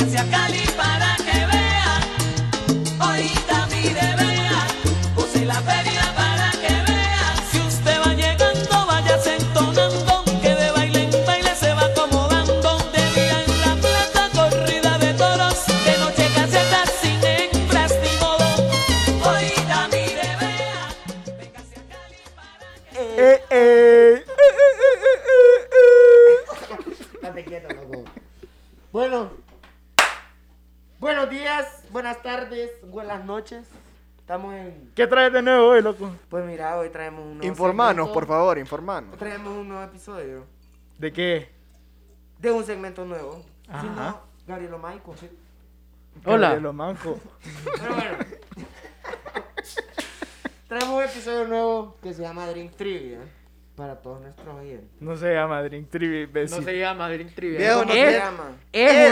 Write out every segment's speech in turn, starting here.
irse a Cali para que vea. Ahorita mire, vea. Puse la feria para que vea. Si usted va llegando, váyase entonando. Que de baile en baile se va acomodando. De día en la plata, corrida de toros. De noche casetas sin hembras ni modo. Ahorita mire, vea. Véngase a Cali para que vea. Eh, eh, eh, eh, eh, eh, eh. Date quieto, loco. Bueno. Buenos días, buenas tardes, buenas noches. Estamos en. ¿Qué traes de nuevo hoy, loco? Pues mira, hoy traemos un nuevo Informanos, segmento. por favor, informanos. Traemos un nuevo episodio ¿De qué? de un segmento nuevo. Si Ajá. no, Gabriel Maico. Hola. De los mancos. Pero bueno. traemos un episodio nuevo que se llama Dream Trivia para todos nuestros oyentes. No se llama Drink Trivia, imbécil. No se llama Drink Trivia. Viejo, es, no se es, llama.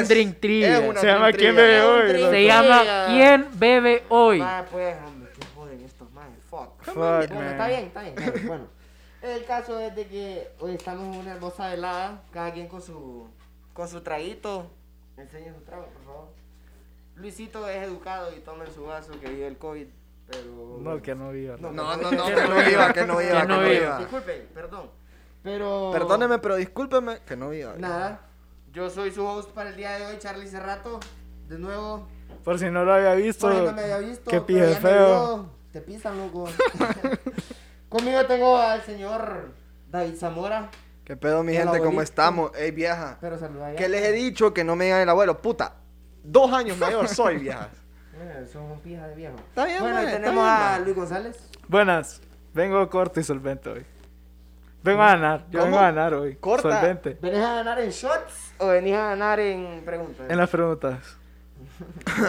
un Drink Trivia. es una Se llama drink ¿Quién trivia. bebe Es hoy? un drink. loco? Se llama ¿Quién bebe hoy? Vaya pues, hombre, que joden estos madres. Fuck. Fuck, bueno, man. está bien, está bien. está bien, Bueno, el caso es de que hoy estamos en una hermosa velada, cada quien con su, con su traguito. Enseñen su trago, por favor. Luisito es educado y toma en su vaso que vive el COVID, pero... No, que no viva. No. No, no, no, que no iba, que no iba, Que que no no iba. iba. Disculpen, perdón. Pero... Perdóneme, pero discúlpeme que no iba. Nada, yo soy su host para el día de hoy, Charlie Cerrato. De nuevo, Por si no lo había visto. Por ahí no me había visto. Qué pero pije ya me feo. vio. Te pisan, loco. Conmigo tengo al señor David Zamora. ¿Qué pedo, mi El gente? abuelito. ¿Cómo estamos? Ey, vieja. Pero saluda ya. Que les he dicho que no me digan el abuelo. Puta, dos años mayor soy, vieja. Bueno, son un pija de viejo. Está bien, Bueno, y mae, está tenemos bien, pues. a mae. Luis González. Buenas. Vengo corto y solvente hoy. Vengo a ganar. Yo ¿Cómo? vengo a ganar hoy. Corta. Solvente. ¿Venís a ganar en shots o venís a ganar en preguntas? En las preguntas.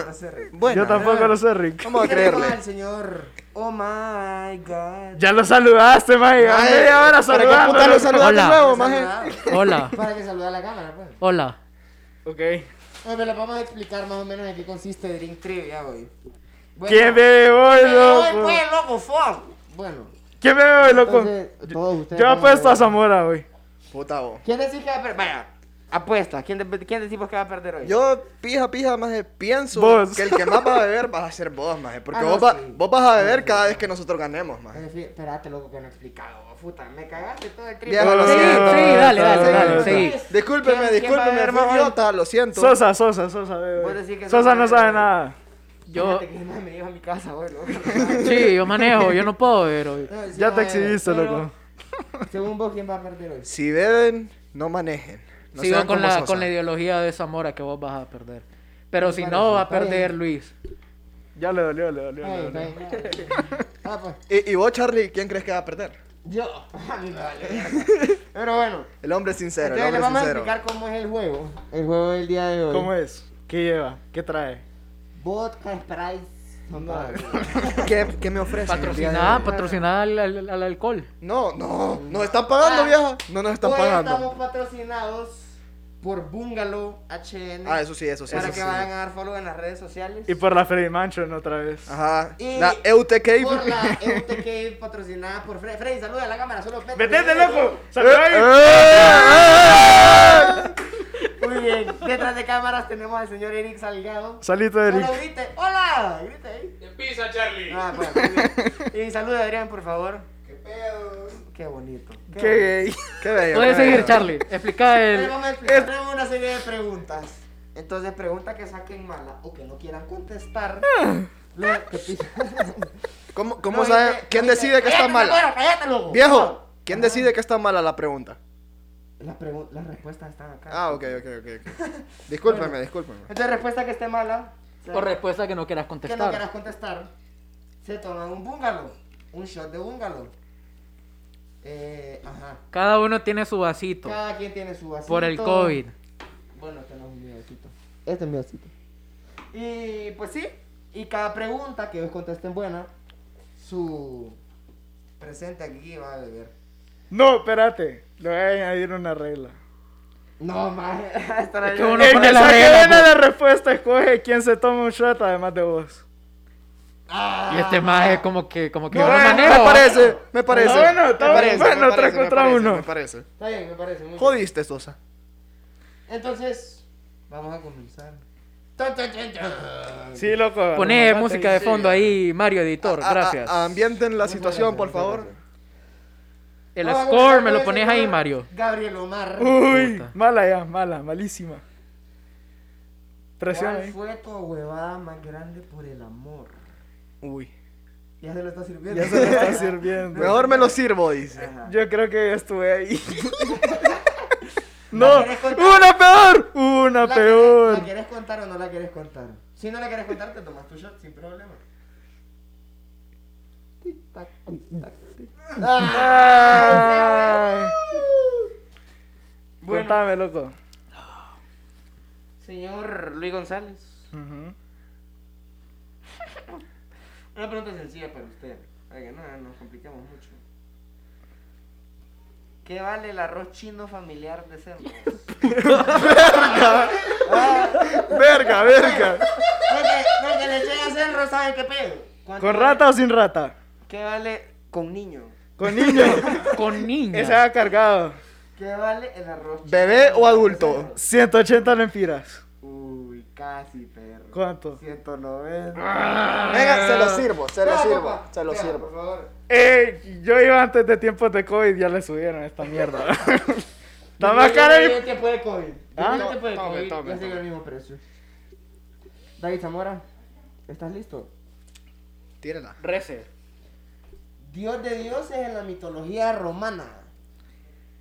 No sé, Rick. Bueno, Yo tampoco lo sé, Rick. Vamos a Y tenemos creerle. al señor. Oh my god. Ya lo saludaste, maje. A Mae, media hora ¿para qué saludando. puta lo loco. saludas Hola. de nuevo, Para que oh, maje? saluda- Hola, Para que saluda a la cámara, pues. hola. Ok. Bueno, les vamos a explicar más o menos en qué consiste Drink Trivia hoy. Bueno, ¿Quién bebe hoy, Hoy, loco? pues, loco, fuck. Bueno. ¿Quién bebe hoy, loco? Entonces, todos ustedes Yo van a apuesto a beber. Zamora hoy. Puta, vos. ¿Quién decís que va a perder? Vaya, apuesta. ¿Quién, de- ¿Quién decimos que va a perder hoy? Yo, pija, pija, maje, pienso Vos. que el que más va a beber vas a ser vos, maje. Porque Ah, no, vos, va- sí. vos vas a beber cada vez que nosotros ganemos, maje. Eh, fí- Espérate, loco, que no he explicado. Puta, me cagaste todo el triple. Vieja, lo Sí, siento. sí, dale, dale, Sí, dale, sí. sí. ¿Quién- Discúlpeme, quién va a discúlpeme, beber fui más hoy? idiota, lo siento. Sosa, Sosa, Sosa bebe Vos decís hoy. que Sosa Sosa no bebe sabe hoy. nada. Yo, Fíjate que mi mamá me dijo a mi casa, güey, loco. sí, yo manejo, yo no puedo beber hoy. No, sí, Ya no, te eh, exhibiste, pero, loco. Según vos, ¿quién va a perder hoy? Si beben, no manejen. No Sigo sean con como la, Sosa. con la ideología de Zamora que vos vas a perder. Pero si parece, no, va a está bien. perder Luis. Ya le dolió, le dolió, le Ay, dolió. ay, ay. Ah, pues, Y, y vos, Charlie, ¿quién crees que va a perder? yo. A mí me vale. verga. Pero bueno, El hombre sincero, el entonces les hombre vamos a sincero. explicar cómo es el juego. El juego del día de hoy. ¿Cómo es? ¿Qué lleva? ¿Qué trae? Vodka, Sprite. No, ¿Qué, qué me ofrecen? Patrocinada, patrocinada al, al- al alcohol. No, no, nos están pagando, Ah. vieja. No nos están Hoy pagando. estamos patrocinados por Bungalow HN. Ah, eso sí, eso sí. para eso que sí. vayan a dar follow en las redes sociales. Y por la Freddy Mansion otra vez. Ah. Ajá. Y La E EUTK. Por la E EUTK patrocinada por Freddy. Freddy, saluda a la cámara, solo vete. ¡Metete, loco! ¡Saluda ahí! ¡Eh, eh, eh! Muy bien. Detrás de cámaras tenemos al señor Eric Salgado. Salito de Solo Rick. grite. ¡Hola! Grite ahí. ¡Empieza, Charlie! Ah, bueno, muy bien. Y saluda a Adrián, por favor. ¡Qué pedo! ¡Qué bonito! ¡Qué gay! Qué bello. qué bello. Puedes seguir, Charlie. Explica Entonces el. vamos a explicar tenemos una serie de preguntas. Entonces, preguntas que saquen mala o que no quieran contestar. Lo que pidan. ¿Cómo, No, Ah. cómo viste, sabe? ¿Quién viste. decide que está Cállate, mala? Zamora, cállate, loco. Viejo, ¿quién decide que está mala la pregunta? Las pregu- las respuestas están acá. Ah, ok, ok, ok. ok. Discúlpeme, discúlpeme. Entonces, respuesta que esté mala. o sea, O respuesta que no quieras que no quieras contestar. contestar. Se toma un búngalo. Un shot de búngalo. Eh, ajá. Cada uno tiene su vasito. Cada quien tiene su vasito. Por el COVID. Bueno, este no es mi vasito. Este es mi vasito. Y pues sí. Y cada pregunta que ellos contesten buena, su presente aquí va a beber. No, espérate. Le voy a añadir una regla. No, más. que uno El pone que la saque regla, buena pues. la respuesta escoge quién se toma un shot además de vos. Y este más es como que, como que yo no Bueno, Me manejo. parece, me parece. Ah, bueno, me está bien. parece, me Bueno, parece, tres me contra parece, uno. Me parece. Está bien, me parece. Muy bien. Jodiste, Sosa. Entonces, vamos a comenzar. Tan, tan, tan, tan. Sí, loco. Poné lo mandaste música ahí. de fondo ahí, Mario Editor, Ah, A- a- gracias. a- ambienten la situación, por favor. El Vamos a score me comenzar lo con pones el ahí, señor Mario. Uh, Gabriel Omar. Uy, Puta. mala ya, mala, malísima. Presión ¿Cuál ahí. fue tu huevada más grande por el amor? Uy. Ya se lo está sirviendo. Ya se lo está sirviendo. Mejor me lo sirvo, dice. Ajá. Yo creo que ya estuve ahí. ¿La no, querés contar? una peor, una ¿La peor. querés- ¿La quieres contar o no la quieres contar? Si no la quieres contar, te tomas tu shot sin problema. Tic-tac, tic-tac, tic-tac. Ah, Ay. Bueno. Contame, loco. señor Luis González, Ujú. una pregunta sencilla para usted. Para que no nos compliquemos mucho. ¿Qué vale el arroz chino familiar de Sembra? Verga, verga. Porque, porque le llega a cerro, ¿saben qué pedo? ¿Cuánto ¿Con vale- rata o sin rata? ¿Qué vale con niño? Con niño. Con niña. Ese va cargado. ¿Qué vale el arroz chino? ¿Bebé o de adulto? cerro? 180 lempiras. Uy, casi, perro. ¿Cuánto? Ah, 190. Venga, se lo sirvo, se lo Vea, sirvo, papá, se lo vea, sirvo. Por favor. Ey, yo iba antes de tiempos de COVID, ya le subieron esta mierda. Está más Yo- cara yo- yo el... en tiempo de COVID. Ah, Yo en no, tiempo de tome, COVID, tome, ya sigue tome. el mismo precio. David Zamora, ¿estás listo? Tírala. Rece. Dios de dioses en la mitología romana.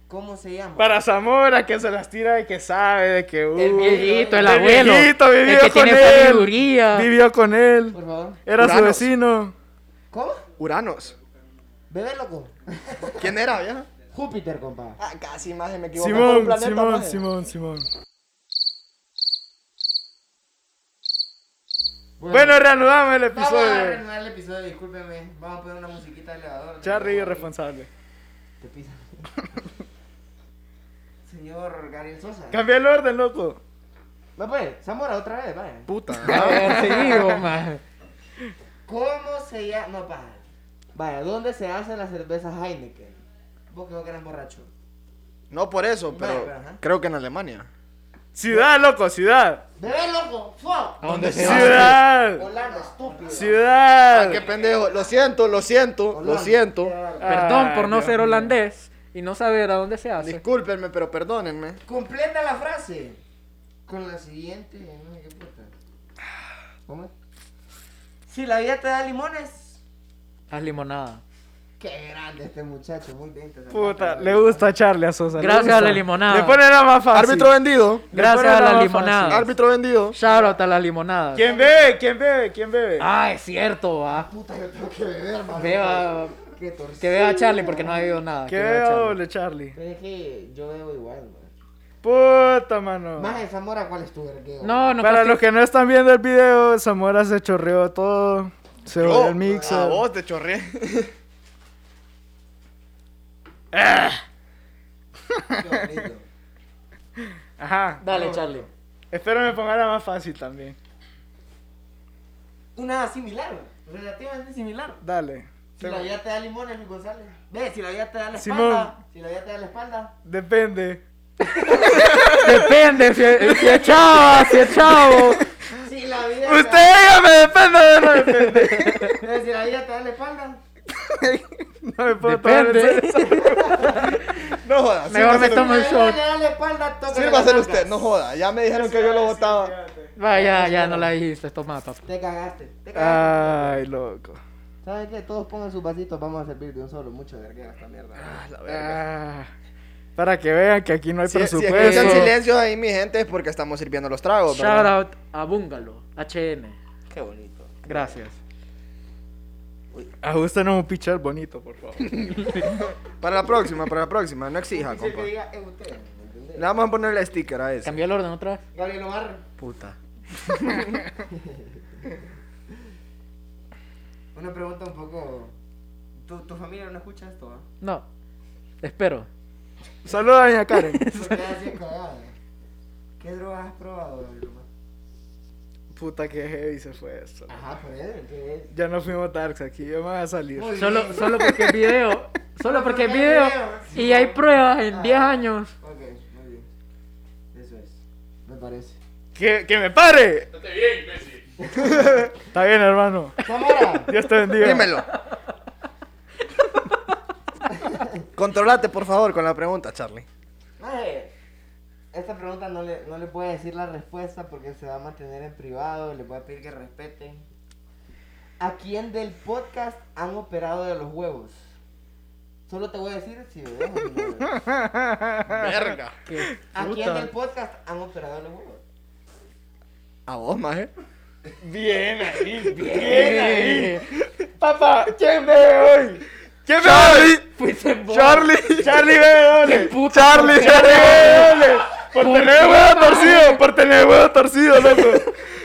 ¿Cómo se llama? Para Zamora, que se las tira de que sabe, de que... uh, El viejito, el el abuelo. viejito vivió el que con tiene él. sabiduría. Vivió con él. Por favor. Era su Uranos. vecino. ¿Cómo? Uranos. Bebé loco. ¿Quién era, vieja? Júpiter, compa. Ah, casi, imagen, me equivoqué. Fue un Simón, planeta, Simón, maje. Simón, Simón. Bueno, reanudamos el vamos a episodio. reanudar el episodio, discúlpeme. Vamos a poner una musiquita de elevador. Charlie irresponsable. Te pisa. Señor Gabriel Sosa. Cambia el orden, loco. Va pues, Zamora otra vez, vaya. Puta. Ah, seguido, ma. ¿Cómo se llama? No, pa. Vaya, ¿dónde se hacen las cervezas Heineken? Vos que no eras borracho. No por eso, pero Vale, ajá. creo que en Alemania. Ciudad, loco, ciudad. ¡Bebé loco! ¡Fuck! ¿A dónde se va? Ciudad. Holanda, estúpido. Ah, qué Ciudad. pendejo. Lo siento, lo siento, lo Holanda. siento. Qué- Perdón por Ay, no Dios ser mío. holandés y no saber a dónde se hace. Discúlpenme, pero perdónenme. Completa la frase. Con la siguiente, no sé qué puta. ¿Cómo es? Si la vida te da limones. Haz limonada. Qué grande este muchacho, muy bien. te Puta, sacaste. le gusta a Charlie a Sosa. le Gracias gusta. a la limonada. Le pone la más fácil. Árbitro vendido. Le Gracias pone a la más limonada. fácil. Árbitro vendido. Shout out a las limonadas. ¿Quién bebe? ¿Quién bebe? ¿Quién bebe? Ah, es cierto, va. Puta, yo tengo que beber, mano. Beba, Qué torcido. que vea a Charlie porque no ha habido nada. ¿Qué que beba bebe Charlie. doble, Charlie? Pero es que yo bebo igual, man. Puta, mano. Más de Zamora, ¿cuál es tu vergueo? No, no Para casi- los que no están viendo el video, Zamora se chorreó todo. Se volvió Oh, el mixer. A vos te chorré. Qué bonito. Ajá. Dale, Charlie. Espero me ponga la más fácil también. Una similar, relativamente similar. Dale. Si la vida te da limones, Luis González. Ve, si la vida te da la Simón. espalda. Si la vida te da la espalda. Depende. Depende, si es, si es chava, si es chavo. Si la vida. te da- Usted dígame, depende o no depende. Ve, si la vida te da la espalda. No me puedo tomar en serio. Depende. No joda. Mejor me sírvaselo- tomo el Si la vida shot. le da la espalda, toca. Sírvaselo usted, no joda. Ya me dijeron que yo lo votaba. Vaya, ya no la dijiste, toma, papá. Te cagaste. Ah. Te cagaste. Ay, loco. ¿Sabes qué? Todos pongan sus vasitos, vamos a servir de un solo. Mucho vergueo esta mierda. Ah, para que vean que aquí no hay Si, si presupuesto. escuchan silencios ahí, mi gente, es porque estamos sirviendo los tragos. Shout ¿verdad? out a Bungalow, HN. Qué bonito. Gracias. Ajustenos un pitcher bonito, por favor. Para la próxima, para la próxima. No exija, Dice compa. que diga, es usted. ¿me entendés? Le vamos a poner el sticker a ese. ¿Cambió el orden otra vez? Gabriel Omar, Puta. una pregunta un poco. ¿Tu, tu familia no escucha esto? ¿ah? No. Espero. Saludos a doña Karen. Porque así es cagada. ¿Qué drogas has probado, Gabriel Omar? Puta que heavy se fue eso. Ajá, por él, ¿qué es? Ya no fuimos darks aquí, yo me voy a salir. Muy Solo, bien. solo porque es video. Solo porque es video. Y hay pruebas en 10 años. Ok, muy bien. Eso es. Me parece. ¡Que, que me pare! Estate bien, imbécil. Está bien, hermano. Cámara. Dios te bendiga. Dímelo. Controlate, por favor, con la pregunta, Charlie. Maje, esta pregunta no le, no le voy a decir la respuesta porque se va a mantener en privado. Les voy a pedir que respeten. ¿A quién del podcast han operado de los huevos? Solo te voy a decir si lo dejo, si no lo dejo. Verga. ¿A quién Puta. del podcast han operado de los huevos? A vos, maje. Bien ahí, bien ahí. Papá, ¿quién bebe hoy? ¿Quién bebe hoy? Charlie. Charlie bebe doble. Charlie, Charlie bebe doble. Por tener el huevo torcido, por tener el huevo torcido, loco.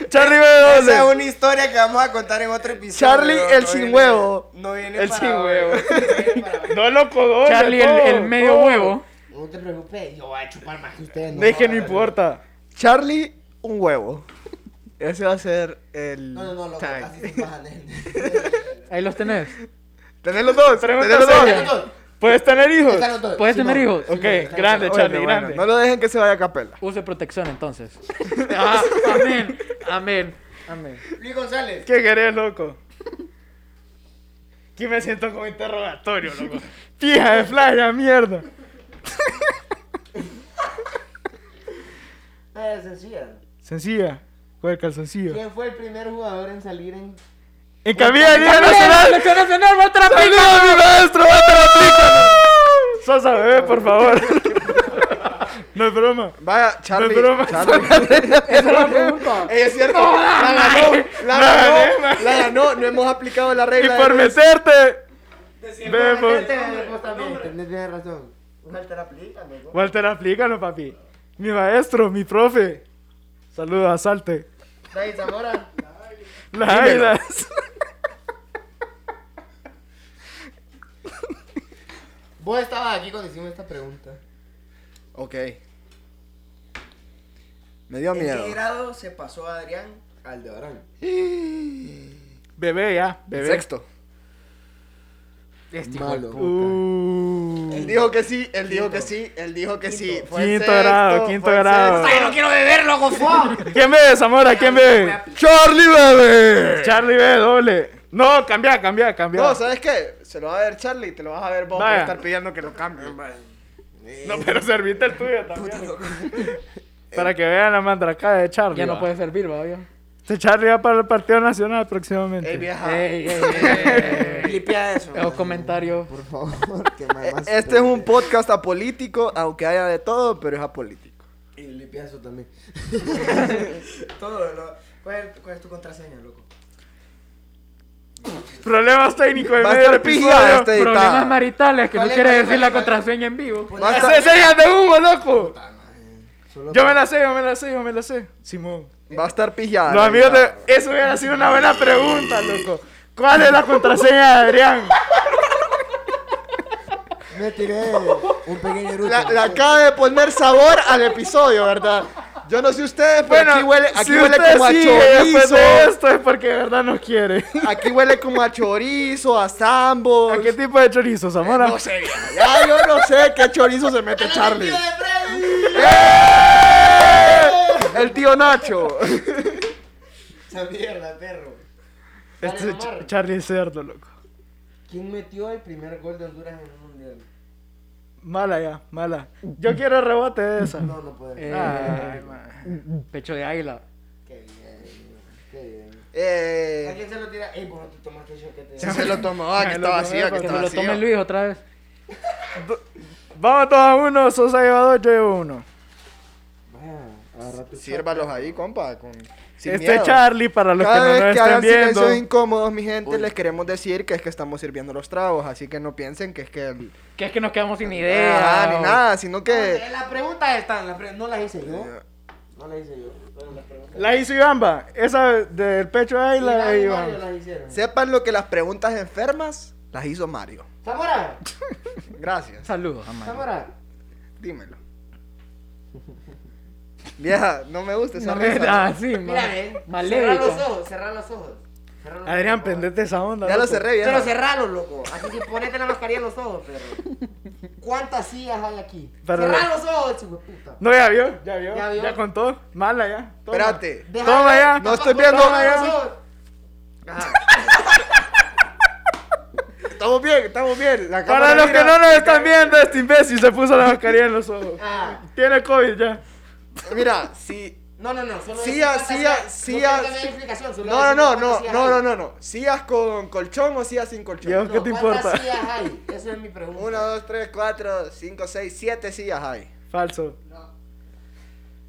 Charlie bebe Esa doble. es una historia que vamos a contar en otro episodio. Charlie, No, el no sin viene- huevo. No viene El para sin hoy. huevo. No viene para hoy. No, loco, doble. Charlie, el, todo, el medio todo. huevo. No te preocupes, yo voy a chupar más que ustedes. No, Es que no jodan. importa. Charlie, un huevo. Ese va a ser el. No, no, no, loco, tag. así se pasan. Ahí los tenés. Tenés los dos, Pregunta tenés los dos. seria. ¿Puedes tener hijos? Están los dos. ¿Puedes Simón. tener hijos? Ok, Simón, grande, Bueno, Charlie, bueno, grande. No lo dejen que se vaya a capela. Use protección entonces. Ah, amén, amén, amén. Luis González. ¿Qué querés, loco? Aquí me siento como interrogatorio, loco. Pija de playa, mierda. Eh, sencilla. Sencilla. ¿Cuál calzoncillo? ¿Quién fue el primer jugador en salir en En camilla de Liga Nacional. ¡Selección nacional, va otra ¡Saludos pica! a mi maestro! ¡Bate la pica! Sosa, bebé, por favor. No es broma. Vaya, Charlie. No es broma. Charlie. Esa es la pregunta. Ey, es cierto. la ganó. La La ganó. gané, La ganó. No hemos aplicado la Y regla. de por tres. meterte. Vos Vemos. pues, también, este, tenés bien razón. Walter, aplícame, ¿no? Walter, aplícalo, papi. Mi maestro, mi profe. Saludos, salte. David Zamora. Las águilas. Vos estabas aquí cuando hicimos esta pregunta. Ok. Me dio miedo. grado se pasó Adrián al de Barán? Bebé, ya. En Bebé. Sexto. Este hijo de Malo. puta. Uh. Él dijo que sí, él dijo Quinto. que sí, él dijo que sí. Fue en Quinto sexto, grado, fue quinto en grado. sexto. no quiero beber, loco! ¡Fua! ¿Quién bebe, Zamora? ¿Quién bebe? Charlie bebé. Charlie bebe doble. No, cambia, cambia, cambia. No, ¿sabes qué? Se lo va a ver Charlie y te lo vas a ver vos por Vaya. estar pidiendo que lo Eh, cambien. No, pero serviste el tuyo también. Para que vean la mandracada de Charlie. Ya no va. puede servir, va, obvio. Este Charlie va para el Partido Nacional próximamente. Ey, Ah. vieja. Ey, ey, ey, ey. Flipea eso. Los comentarios. Por favor, que mamá. Este es un podcast apolítico, aunque haya de todo, pero es apolítico. Y limpia eso también. Todo, lo... ¿Cuál, es, ¿Cuál es tu contraseña, loco? Problemas técnicos de Va a medio estar pillado episodio. este Problemas editado. maritales que no ¿Cuál es, quiere cuál es, decir cuál la es, cuál es? contraseña en vivo. Va a Las señas de Hugo, loco. Solo Yo me la sé, yo me la sé, yo me la sé. Simón. Va a estar pillado. Los amigos de... Eso hubiera sido una buena pregunta, loco. ¿Cuál es la contraseña de Adrián? me tiré un pequeño eructo. La, la acaba de poner sabor al episodio, ¿verdad? Yo no sé ustedes, pero Bueno, aquí huele, aquí si huele usted como a sigue después chorizo. de esto es porque de verdad nos quiere. Aquí huele como a chorizo, a sambo. ¿A qué tipo de chorizo, Zamora? No sé, vieja, ya yo no sé qué chorizo se mete Charlie. ¡Eh! El tío Nacho. Esa mierda, perro. Este Dale, es Ch- Omar. Charlie es Cerdo, loco. ¿Quién metió el primer gol de Honduras en un mundial? Mala ya, mala. Yo quiero rebote de esa. No, no puede. Ah, Eh, Ay, ma. pecho de águila. Qué bien, qué bien. ¿A Eh, quién se lo tira? Ey, vos no te tomaste el shot que te si se lo tomó, ah, que está vacío, que ah. Que está se lo tome vacío. Luis otra vez. Vamos todos a uno, Sosa lleva dos, yo llevo uno. Vaya, agarra tu Siérvalos ahí, compa, con sin este miedo. es Charlie, para los Cada que no vez nos que estén hagan silencios viendo. incómodos, mi gente, les queremos decir que es que estamos sirviendo los tragos, así que no piensen que es que el- Que es que nos quedamos sin idea. Ah, ni o- nada, sino que Eh. Eh, Las preguntas están, las pre- no las hice yo. No las hice yo. Pero las preguntas. La hizo Ibamba, esa del pecho de Y las Ayla de de Mario Iván. las hicieron. sepan lo que las preguntas enfermas las hizo Mario. Zamora, Gracias, Saludos, amado. Zamora. dímelo. Vieja, no me gusta esa No me- risa. Ah, sí, ma- Mira, eh. Cerrar maléfica. los ojos, cerrar los ojos. Cerralo, Adrián, loco. prendete esa onda. Ya lo loco. cerré, Pero viejo. cerralo, loco. Así que ponete la mascarilla en los ojos, perro. ¿Cuántas sillas hay aquí? Pero- Cerrá los ojos, hijo de puta. No, ya vio, ya vio. Ya vio. Ya con todo. Mala ya. Toma. Espérate. Deja- Toma ya. No estoy viendo. Toma Ah, ya. Ajá. Estamos bien, estamos bien. Para La cámara los mira. que no nos están viendo, este imbécil se puso la mascarilla en los ojos. Ah. Tiene COVID ya. Mira, si. No, no, no. Solo Sí, ah, decir cuántas sí, sillas- sí, no quiero sí. que me dé explicación, solo No, no, decir no, cuántas no, sillas no, hay. no, no, no. ¿Sillas con colchón o sillas sin colchón? Dios. ¿Qué te importa? ¿Cuántas sillas hay? Esa es mi pregunta. Una, dos, tres, cuatro, cinco, seis, siete sillas hay. Falso.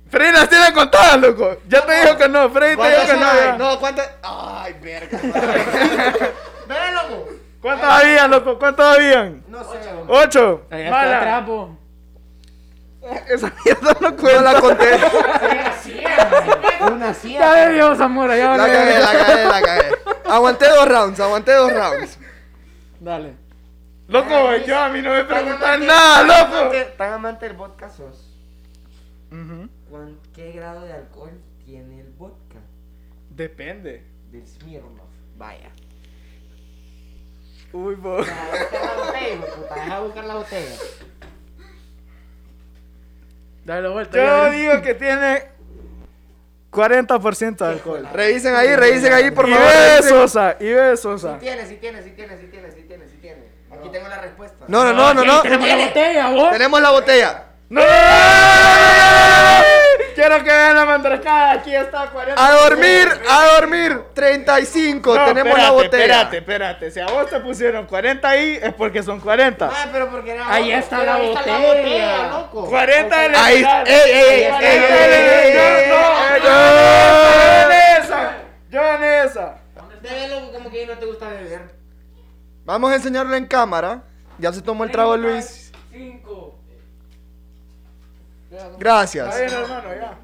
Freddy las tiene contadas, loco. Ya te dijo que no. Freddy te dijo ¿Cuántas que no. sillas ya. hay? No, ¿cuántas? Ay, verga. Ve, loco. ¿Cuántas habían, loco? ¿Cuántas habían? No sé, loco. Ocho. Ahí está el Mala. trapo. Esa mierda no cuenta. No la conté. Una silla. Ya le dio Zamora, ya La valió. cagué, la cagué, la cagué. Aguanté dos rounds, aguanté dos rounds. Dale. Loco, Ay, yo a mí no me preguntan amante- nada, tan loco. amante- Tan amante del vodka sos. ¿Cuán- ¿Qué grado de alcohol tiene el vodka? Depende. Del Smirnoff. Vaya. Uy, bo. Deja buscar la botella, hijo de puta, Deja buscar la botella. Dale la vuelta. ya, Yo ya. digo que tiene 40% de alcohol. Revisen ahí, revisen ahí, por y favor. ve revisen. Sosa, y ve Si Sosa. tiene, si tiene, si tiene, si tiene, si tiene, si tiene. Aquí tengo la respuesta. No, no, no, no, Ahí no. Tenemos la botella, vos. Tenemos la botella. ¡No! Quiero que vean la mandracada. Aquí está 40. A dormir, a dormir. 35, No, tenemos espérate, la botella. Espérate, espérate. Si a vos te pusieron 40 ahí, es porque son 40. Ah, pero porque era Ahí vodka, está pero la ahí botella. loco. 40 de la Ahí, ey, ey, Ahí ey, ey, ey, está. ey, ey, ey, ey, Yo ey, ey. en esa. Yo en esa. Bebe, loco, como que no te gusta beber. Vamos a enseñarlo en cámara. Ya se tomó el trago Luis. Está bien, Gracias. Eh, hermano, ya.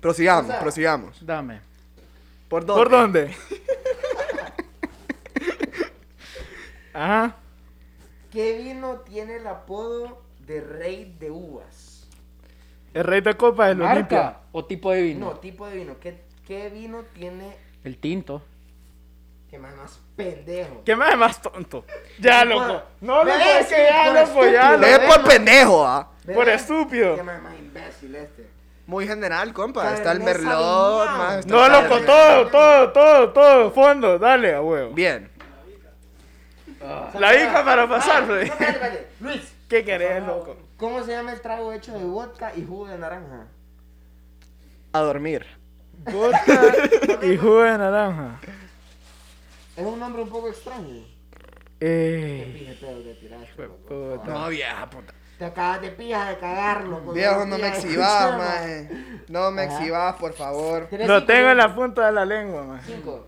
Prosigamos, prosigamos. Dame. ¿Por dónde? ¿Por dónde? Ajá. ¿Qué vino tiene el apodo de rey de uvas? El rey de copa del Olimpia. Marca o tipo de vino. No, tipo de vino. ¿Qué, qué vino tiene El tinto. que más, más pendejo? ¿Qué más es más tonto? Ya, loco. No, loco, Ve, es que sí, ya, por loco, ya, estúpido. Ve pues, loco. por pendejo, ah. Ve, Por ve, estúpido. Qué más, más imbécil este. Muy general, compa. Está el Cabernet merlot, Sauvignon. más está No, el loco, Cabernet. todo, todo, todo, todo. Fondo, dale, a huevo. Bien. La hija para pasar, Ah, No, Freddy. espérate, espérate. Luis, ¿Qué querés, loco? ¿cómo se llama el trago hecho de vodka y jugo de naranja? A dormir. Vodka y jugo de naranja. Es un nombre un poco extraño. Eh. Pije, pedo, te tiraste. loco. puta. vieja, puta. Te acabas de pija de cagarlo. pues, con Viejo, dos no me días de exhibas, chema. maje. No me Ajá. exhibas, por favor. Tres, Lo cinco, tengo en ¿no? la punta de la lengua, man. Cinco.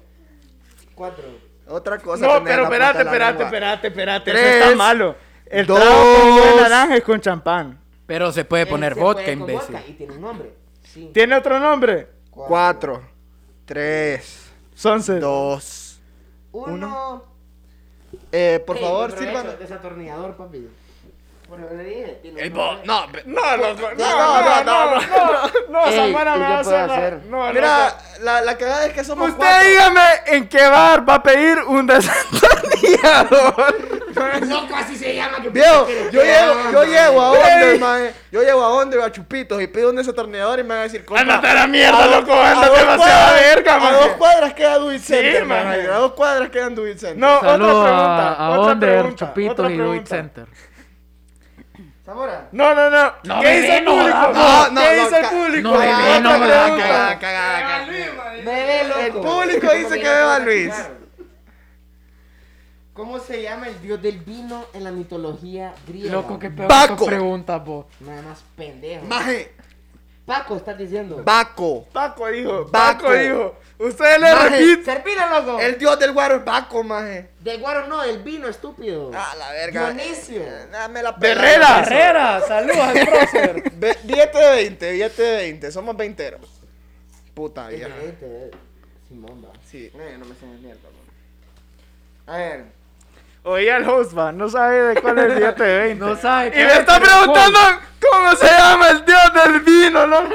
Cuatro. Otra cosa. No, tenés pero en la punta espérate, de la espérate, lengua. espérate, espérate. Eso Tres, está malo. El dos. trago con jugo de naranja es con champán. Pero Eh, se puede poner Él se vodka, fue con imbécil. vodka Y tiene un nombre. Cinco. ¿Tiene otro nombre? Cuatro, tres, Sunset. dos. Uno. Eh, por Ey, favor, pero sirvan. eso, Desatornillador, papi. Por lo que le dije. tiene un nombre. No, No, loco, no, No, no, no, no, no, no, Ey, Samara ¿y me qué va a puedo hacer. la- hacer? No, Mira, la, la cagada es que loco. somos Usted cuatro. dígame en qué bar va a pedir un desatornillador. Loco, así se llama. que- Viejo, yo llevo, Ah, no. yo llevo a Ey. Onder, maje. Yo llevo a Onder, a Chupitos y pido un desatornillador y me van a decir, compa, Ándate a la mierda, a dos- loco, a ándate dos demasiada cuadras- verga, man. A dos cuadras queda Dewey Center, maje. maje, A dos cuadras quedan Dewey Center. No, otra Saludos pregunta, a, a otra Onder, pregunta, otra Chupitos y Duit pregunta. Center. Zamora. No, no, no. No ¿Qué me dice el vino, público? no, Ah, no, ¿Qué no, dice el ca- público? no me Otra vino, me la pregunta. Cagada, cagada, cagada. Bebé, loco. El público dice que beba Luis. ¿Cómo se llama el dios del vino en la mitología griega? Loco, qué peor Paco. tus preguntas, vos. Nada más pendejo. Maje, Paco, estás diciendo. Baco. Paco dijo, Baco. Paco dijo. Usted le Maje, repite. Serpila, loco. El dios del guaro es Baco, maje. Del guaro no, del vino, estúpido. Ah, la verga. Dionisio. Eh, dame la Herrera. Herrera, Ah, saludos al prócer. Ve- Billete de 20, billete de 20. Somos veinteros. Puta Este, vieja. este, eh, Simón, va. Sí. No, yo no me sé de mierda, loco. A ver. Oye al host, man, no sabe de cuál es el billete de 20. No sabe Y cuál me es, está pero preguntando cómo se llama el dios del vino, loco.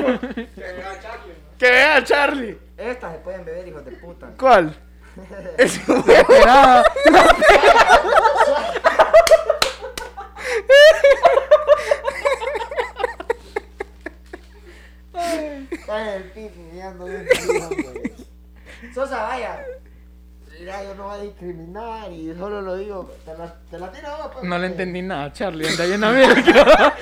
Que vea a Charlie. Estas se pueden beber, hijos de puta. ¿Cuál? Es un huevo. Esperaba. Estás en el pit mirando bien Sosa, vaya. Mira, yo no voy a discriminar y solo lo digo. Te la, te la tiro vos, pues. No le entendí nada, Charlie. Anda bien a verga.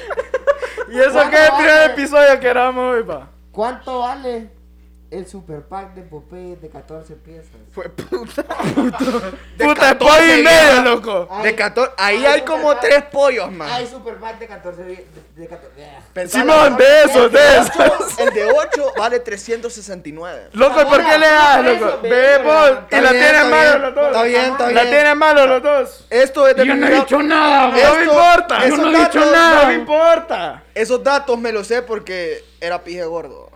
¿Y eso qué es el primer episodio que grabamos hoy, pa? ¿Cuánto vale el super pack de Popeye de 14 piezas? Fue puta. Puta, es pollo y medio, loco. Ay, De 14. Ahí ay, hay como ay, tres pollos más. Hay super pack Ah, de 14 vi- de, de 14. ah. Simón, de esos, de esos. El de 8 vale 369. Loco, ¿y ¿por qué le das, loco? Ve vos, y la Está bien, tienen está malo bien. los dos. Está bien, está La bien. tienen malo los dos. Esto es de Yo no he primera- dicho nada, Eh, bro. No me importa. esos Yo no he dicho datos- nada. No me importa. Esos datos me los sé porque era pije gordo.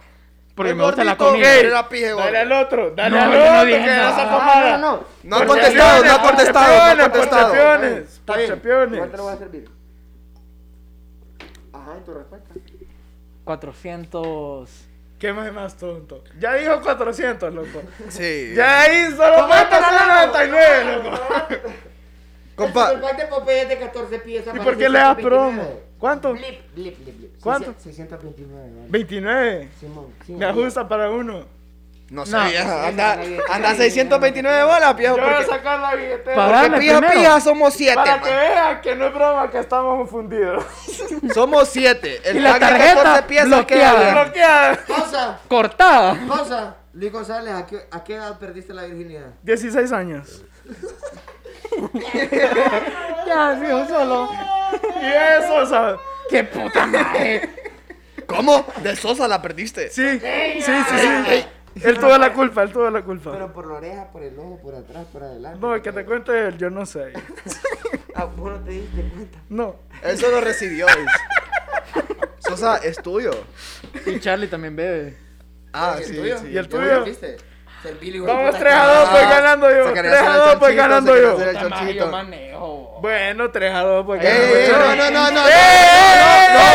Porque el me gusta la gordito comida. gay. Ey, Era pije gordo. Dale al otro, dale No, al yo no otro, dije que era nada. esa Ah, pomada. no, no, No ha contestado, no ha contestado, no ha contestado. Porchapiones, Está bien. porchapiones. ¿Cuánto lo voy a servir? Ajá, ¿y tu respuesta? 400. ¿Qué más es más tonto? Ya dijo 400, loco. Sí. Ya ahí solo falta 99, loco. Compa, El pack de Popeye es de 14 piezas. ¿Y vale por qué le das 629. promo? ¿Cuánto? Blip, blip, blip, blip. ¿Cuánto? 629, vale. 29. Simón, Simón. Me ajusta para uno. no sé, No. vieja, anda, anda 629 bolas, Yo viejo, voy a porque, sacar la billetera. Para- porque Dame pija, primero. pija, somos 7, Para que vean que no es broma que estamos fundidos. somos 7, el Y la pack de tarjeta 14 piezas que bloqueada. hablan. Bloqueada. Cosa, Cortada. cosa. Luis González, ¿a qué, ¿a qué edad perdiste la virginidad? 16 años. Ya, sí, un solo. Y eso, o sea, ¡Qué puta madre! ¿Cómo? De Sosa la perdiste. sí, sí, sí, sí. Él tuvo la culpa, él tuvo la culpa. Pero por la oreja, por el ojo, por atrás, por adelante. No, el que te cuente él, yo no sé. Ah, vos no te diste cuenta. No. Él solo recibió. dice. Sosa, es tuyo. Y Charlie también bebe. Ah, sí, sí. Y el ¿Ya tuyo. lo viste? Serví, hijo de Vamos puta. 3 a 2, pues Ah, ganando yo. se 3 quería a hacer el 2, pues chanchito, ganando se yo. quería hacer el Puta madre, chanchito. yo manejo. Bueno, 3 a 2, pues ganando yo. Ey, ey, eh, Eh, no, no, no, no, no, eh,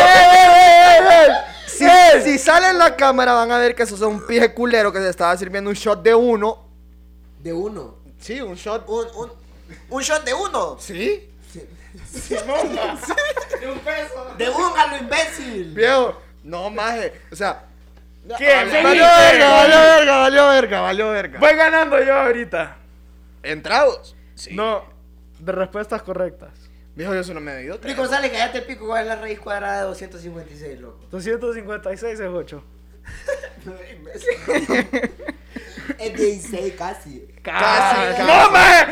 ¡Ey, ey, ey, ey! Si, si sale en la cámara van a ver que Sosa es un pije culero que se estaba sirviendo un shot de uno. De uno. Sí, un shot. Un, un, un shot de uno. Sí. De un a lo imbécil. Viejo, no maje. O sea, ¿Quién? valió Vení, verga, vení. valió verga, valió verga, valió verga. Voy ganando yo ahorita. Entrados. Sí. No, de respuestas correctas. Viejo, yo soy una medio idiota. Luis González, cállate el pico, ¿cuál es la raíz cuadrada de 256, loco? 256 es 8. Es 16 casi. Casi, casi. ¡No, maje!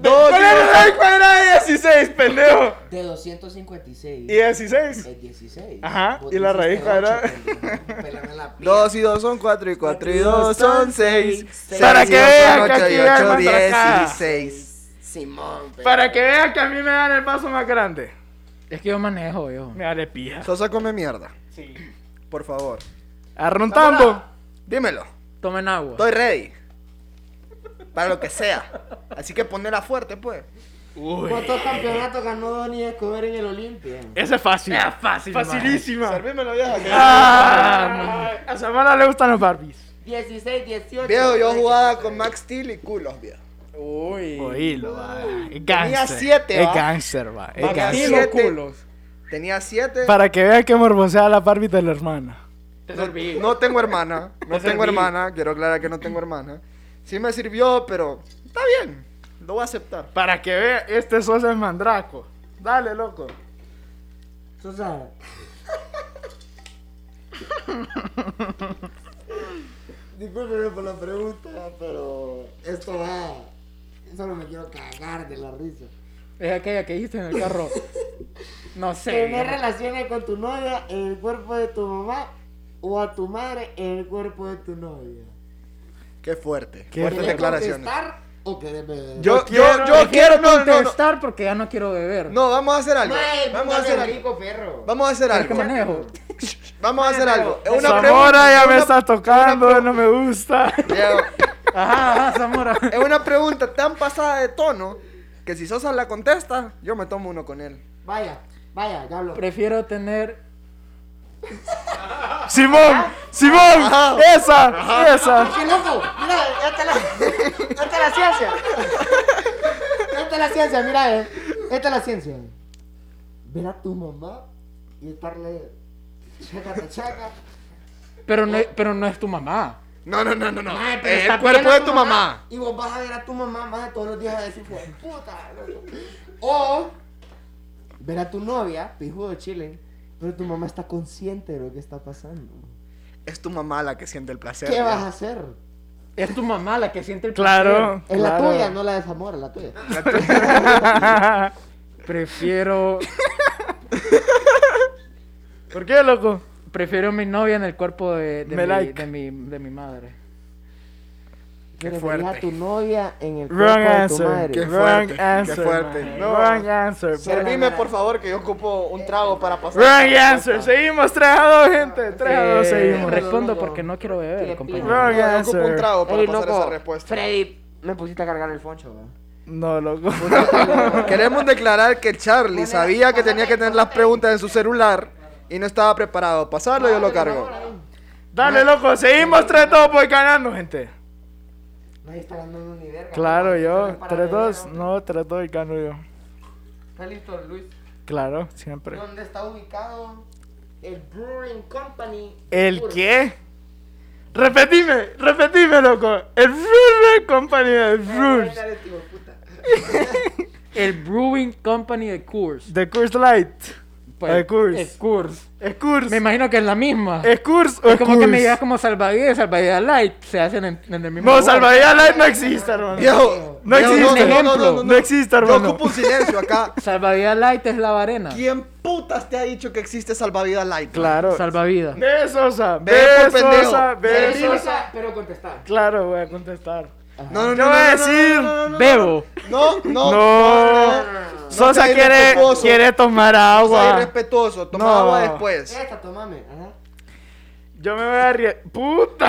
Dos, ¿Cuál digo, es la raíz cuadrada de 16, pendejo? De 256. ¿Y 16? Es 16. Ajá, Vos y la dijiste raíz ocho, cuadrada. pendejo. Pélame la pija. Dos y dos son cuatro y cuatro y dos son seis. Seis Para y que dos vean son que ocho aquí y hay ocho, matraca. dieciséis. Simón, pendejo. Para que vean que a mí me dan el paso más grande. Es que yo manejo, yo. Me vale pija. Sosa come mierda. Sí. Por favor. Arrontando. Dímelo. Tomen agua. Estoy ready. Para lo que sea. Así que ponela fuerte, pues. Uy. ¿Cuántos campeonatos ganó Donny Escobar en el Olimpia? Ese es fácil. Es fácil, Facilísima. Servímelo, vieja. Ah, a Samara le gustan los Barbies. 16, 18. Viejo, yo jugaba con Max Steel y culos, viejo. Uy. Oílo, va. Es gangster. siete, Es va. gangster, va. Es Va, Y gangster. los siete. culos. Tenía siete. Para que vean que morbosea la Barbie de la hermana. Te No, serví. no tengo hermana. No Te tengo serví. hermana. Quiero aclarar que no tengo hermana. Sí me sirvió, pero está bien. Lo voy a aceptar. Para que vean, este sosa es mandraco. Dale, loco. Sosa. Discúlpeme por la pregunta, pero esto va. Solo me quiero cagar de la risa. Es aquella que dijiste en el carro. No sé. Tener viejo. relaciones con tu novia en el cuerpo de tu mamá o a tu madre en el cuerpo de tu novia. Qué fuerte. Qué fuertes fuerte. ¿Quieres declaraciones. contestar o querés beber? Yo, yo, quiero- yo no quiero No no, no, no. contestar porque ya no quiero beber. No, vamos a hacer algo. Mae, Vamos a póngale hacer algo. rico, perro. Vamos a hacer Pero es que algo. manejo. Vamos a hacer algo. Es una Zamora ya me es está tocando, no me gusta. una- Ajá, ajá, Zamora. Es una pregunta tan pasada de tono que si Sosa la contesta, yo me tomo uno con él. Vaya, vaya, ya hablo. Prefiero tener Simón, Simón, esa, esa. ¡Qué loco! Mira, esta es la, esta es la ciencia. Esta es la ciencia, mira, eh. Esta es la ciencia. Ver a tu mamá y estarle chaca, chaca. Pero no, pero no es tu mamá. No, no, no, no, no. Mae, pero Es está el cuerpo bien a de tu mamá. Y vos vas a ver a tu mamá más todos los días a decir, "Fue puta, loco". O ver a tu novia, pijudo chile, pero tu mamá está consciente de lo que está pasando. Es tu mamá la que siente el placer. ¿Qué ya. vas a hacer? Es tu mamá la que siente el Claro. Es la claro. tuya, no la de Zamora, la tuya. placer. Prefiero. ¿Por qué, loco? Prefiero mi novia en el cuerpo de, de, Me mi, like. de, mi, de mi madre. Qué Pero ver fuerte. a tu novia en el cuerpo Wrong de tu answer. madre. Qué Wrong fuerte, qué answer. fuerte. man. No. Wrong answer. Servime, por favor, que yo ocupo un trago para pasar. Wrong answer. Seguimos 3 a 2, gente. 3 a 2 Eh, seguimos. Respondo Loco. porque no quiero Qué beber, compañero. pijo. Wrong Yo ocupo un answer. trago para Ey, pasar loco, esa respuesta. Freddy, me pusiste a cargar el foncho, weón. No, loco. Queremos declarar que Charlie sabía que tenía que tener las preguntas en su celular y no estaba preparado. Pasarlo, yo lo cargo. Dale, loco. Seguimos 3 a 2, voy ganando, gente. Nadie está ganando ni verga. Claro, yo. Para 3 a 2. verga, No, 3 a 2 y gano yo. Está listo, Luis. Claro, siempre. ¿Dónde está ubicado el Brewing Company? ¿El Puro. qué? Repetime, repetime, loco. El Brewer Company de Brewers. El Brewing Company de Coors. The Curse Light. Pues, de Coors. es Coors. ¿Es Me Curse? imagino que es la misma. ¿Es Curse o Es es como que me digas Curse? como Salvavidas, Salvavidas Light. Se hacen en, en el mismo. No, lugar. Salvadilla Light no existe, hermano. Viejo, No viejo, existe. no, no, no, no, no. No existe, Yo hermano. ocupo un silencio acá. Salvavidas Light es la varena. ¿Quién putas te ha dicho que existe salvavidas light? Claro. Salvavidas. Ve Sosa, Ve ve por pendejo. Sosa, ve Servime. Sosa. Pero, pero contestar. Claro, voy a contestar. No, no, no. Yo voy a no, no, decir, no, no, no, Bebo. No, no. No. Sosa seas quiere, irrespetuoso. quiere tomar Soy agua. irrespetuoso. Toma No. agua después. Esta, tomame. Ajá. Yo me voy a rie- ¡Puta!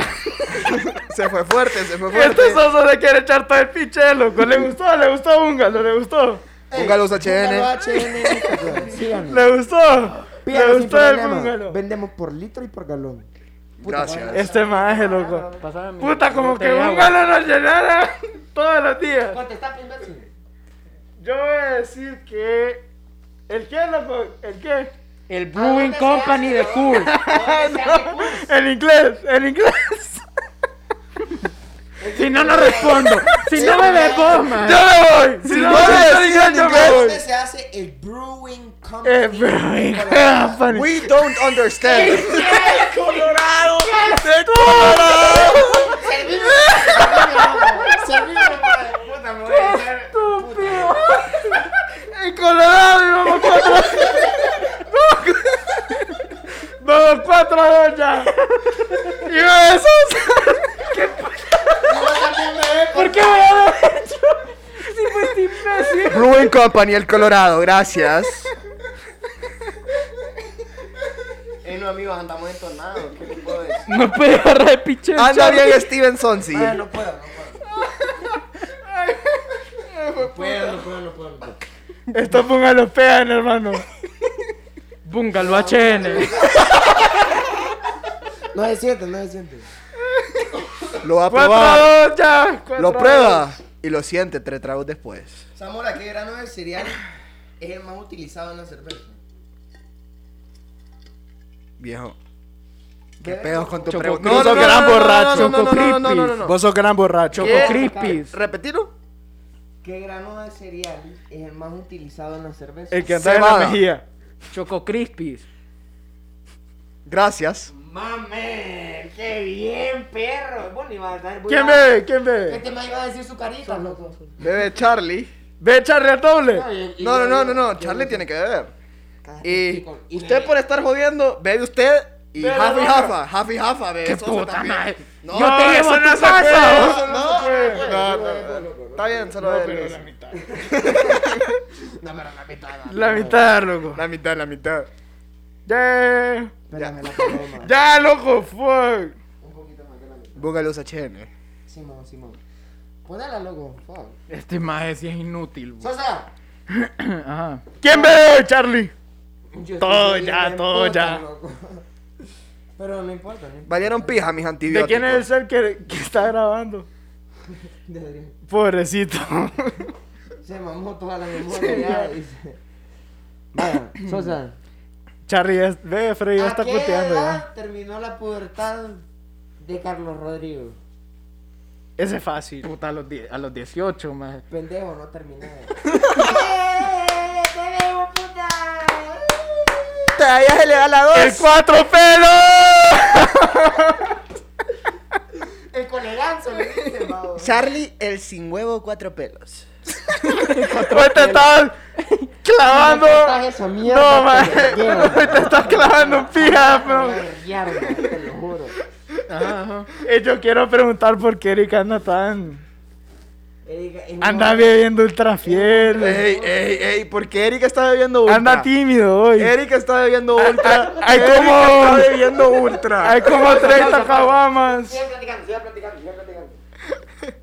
Se fue fuerte, se fue fuerte. Este Sosa le quiere echar todo el pinche loco. ¿Le gustó? ¿Le gustó a Húngalo? ¿Le gustó? Póngalo HN. HN. Síganos. ¿Le gustó? ¿Le Pídanos sin gustó el problema. Húngalo? Vendemos por litro y por galón. Gracias. Este maje, loco. Pásame mi- Puta, mi como botella que de agua. Húngalo nos llenara todos los días. Contestar primero. sí. Yo voy a decir que. ¿El qué, loco? ¿El qué? El Brewing Company de Coors. Ah, El inglés, el inglés. Si no, no respondo. Si no me vos, man. Yo me voy. Si Si no no me eres dicen, inglés, yo me inglés. voy. ¿Dónde este se hace el Brewing Company? Eh, pero, mi company. We don't understand. Colorado. Servime. Servime, Servime, compadre. Puta, me voy a hacer. En Colorado íbamos cuatro. No. No, cuatro a dos ya. Y esos. ¿Por qué voy a haber hecho? Si fuiste imbécil. Brewing Company, el Colorado, gracias. Eh, no, amigos, andamos entonados. ¿Qué les puedo decir? No puedo agarrar el pinche. Ah, Anda bien Steven Sonsi. Ah, no puedo, no puedo. No puedo, no puedo, no puedo. no puedo. Esto póngalo pean, hermano. Bungalo HN. No se siente, no se siente. Lo va a Cuatro a probar. dos ya. cuatro a Lo dos. prueba y lo siente tres tragos después. Zamora, ¿qué grano de cereal es el más utilizado en la cerveza? Viejo. ¿Qué pedos con tu Choco pregunta? Crispy. Sos gran borracho. no, no, no, no, no, no, no, no, no. Vos sos gran borracho. Choco Crispies. ¿Repetilo? ¿Qué grano de cereal es el más utilizado en la cerveza? El que anda en la Cebada. mejilla. Choco Crispies. Gracias. ¡Mame! ¡Qué bien, perro! Vos ni vas a dar ¿Quién bebe? ¿Quién bebe? Este me iba a decir su carita, loco. Bebe Charlie. Ve Charlie al doble. No, no, no, no, no. Charlie tiene que beber. Y usted por estar jodiendo, bebe usted y Bebe, half y bebe. half. Half y half, bebe. Qué Sosa puta también. madre. No, Yo te llevo eso a no tu se puede, casa. eso no se puede. No, no, no. Está bien, solo bebe eso. Dame la mitad. La mitad, loco. La mitad, la mitad. Ya, Espérame la paloma. ya, loco, fuck. Un poquito más de la mitad. Búscalos a HN. Simón, Simón. Ponela, loco. fuck. Este maje sí es inútil. bo. ¡Sosa! Ajá. ¿Quién bebe, Charlie? Yo Todo estoy ya, bien todo puta, ya. loco. Pero no importa, no importa. Valieron pija mis ¿De antibióticos. quién es el ser que, que está grabando? Debería- Pobrecito. Se mamó toda la memoria ya. y se- Vaya, Sosa. Charlie, es- ve, Freddy ya está ¿A qué puteando edad ya. terminó la pubertad de Carlos Rodrigo? Ese es fácil. Puta, a los, die- a los 18, más. Pendejo, no terminé. ¡Eh, ¡Te veo, puta! Todavía se le da la dos. ¡El cuatro pelos! El coleganzo le dicen, babo. Charlie, el sin huevo cuatro pelos. Hoy te estás clavando. Estás esa mierda, No, te man. lo llevo. Hoy te estás clavando un pija, bro. Mierda, te lo juro. Eh, Yo quiero preguntar por qué Erika anda tan. Erika, es Anda una- bebiendo ultra fiel. Ey, ey, ey, ¿por qué Erika está bebiendo ultra? Anda tímido hoy. Erika está bebiendo ultra. ay, Erika ¿cómo? está bebiendo ultra. Hay como 30 caguamas. Sigue platicando, sigue platicando, sigue platicando.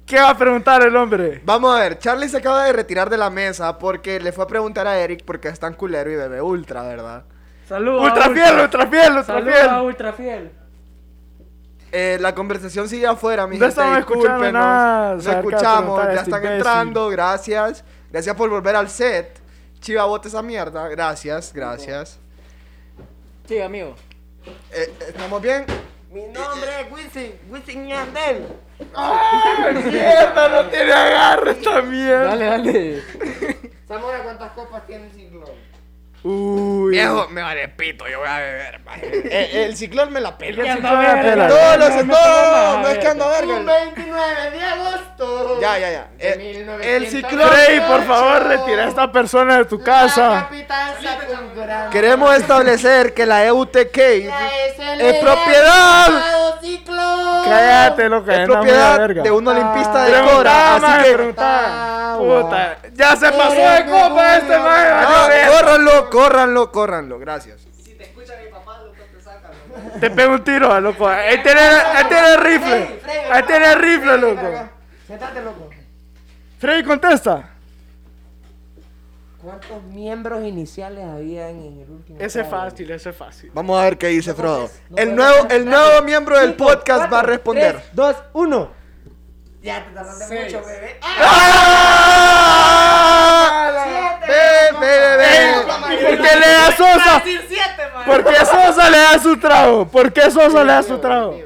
¿Qué va a preguntar el hombre? Vamos a ver, Charlie se acaba de retirar de la mesa porque le fue a preguntar a Eric por qué es tan culero y bebe ultra, ¿verdad? Saludos. Ultra fiel, ultra fiel, ultra Saludos a fiel. Ultra Fiel. Eh, la conversación sigue afuera, mi No gente. estamos escuchando discúlpenos. nada No acerca de escuchamos, preguntar a ya este están imbécil. entrando, gracias. Gracias por volver al set. Chiva, bota esa mierda. Gracias, gracias. Sí, amigo. Eh, ¿Estamos bien? Mi nombre es Wisin, Wisin Yandel. Mierda, no tiene agarre esta mierda. Dale, dale. Zamora, ¿cuántas copas tiene el ciclón? Uy. Viejo, me vale pito, yo voy a beber. man. Eh, el ciclón me la pela. Ya sí no te voy a ves, pelar. No, no, no, no, no, no, no, no, es que ando Un verga. 29 de agosto. Ya, ya, ya. De Eh, 1900. el ciclón. Freddy, por favor, retira a esta persona de tu La casa. capital Sacungrán. Queremos establecer que la EUTK La SLA es propiedad. llamado Ciclón. Cállate, loca. Es ya no me da propiedad verga. de un olimpista de Preguntá, Cora. Así maje, que. preguntá. Agua. Puta, ya se pasó de copa este maje. Ah, vale, verga. córranlo, córranlo, córranlo. Gracias. Te pego un tiro, loco. Ahí tiene, ahí tiene el Freddy, rifle. Freddy, Ahí tiene el rifle, Freddy, para loco. acá. Siéntate, loco. Freddy, contesta. ¿Cuántos miembros iniciales habían en el último? Ese es cuadro? fácil, ese es fácil. Vamos a ver qué dice Frodo. no puedes El nuevo, hacer el nada. nuevo miembro del Cinco, podcast cuatro, va a responder. tres, dos, uno. Ya te tardaste mucho, bebé. ¡Ah! ¡Ah! Siete, Ve, loco. ve, ve. ¿Por qué le da Sosa? ¿Por qué Sosa le da su trago? ¿Por qué Sosa le da su trago?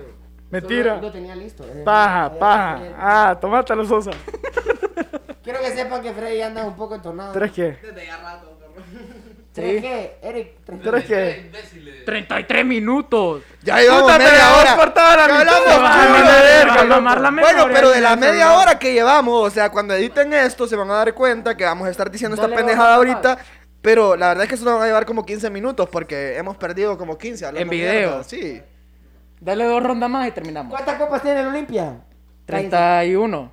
Mentira. Solo Lo tenía listo. eh. Paja, paja. Eh, Ah, tomátelo, Sosa. Quiero que sepan que Freddy anda un poco entonado. ¿Tres qué? ¿Tres qué? Eric, tres ¿Tres qué? 33 minutos. Ya llevamos Puta, me media la hora. vas por toda la ¿Qué mitad, hablamos, va, culo? me la verga, va a mamar la memoria, Bueno, pero de la ya, media celular. hora que llevamos, o sea, cuando editen esto, se van a dar cuenta que vamos a estar diciendo esta Dale, pendejada vamos, ahorita. Pero la verdad es que eso nos va a llevar como 15 minutos porque hemos perdido como 15 hablando En video. mierda, Sí. Dale dos rondas más y terminamos. ¿Cuántas copas tiene el Olimpia? 31.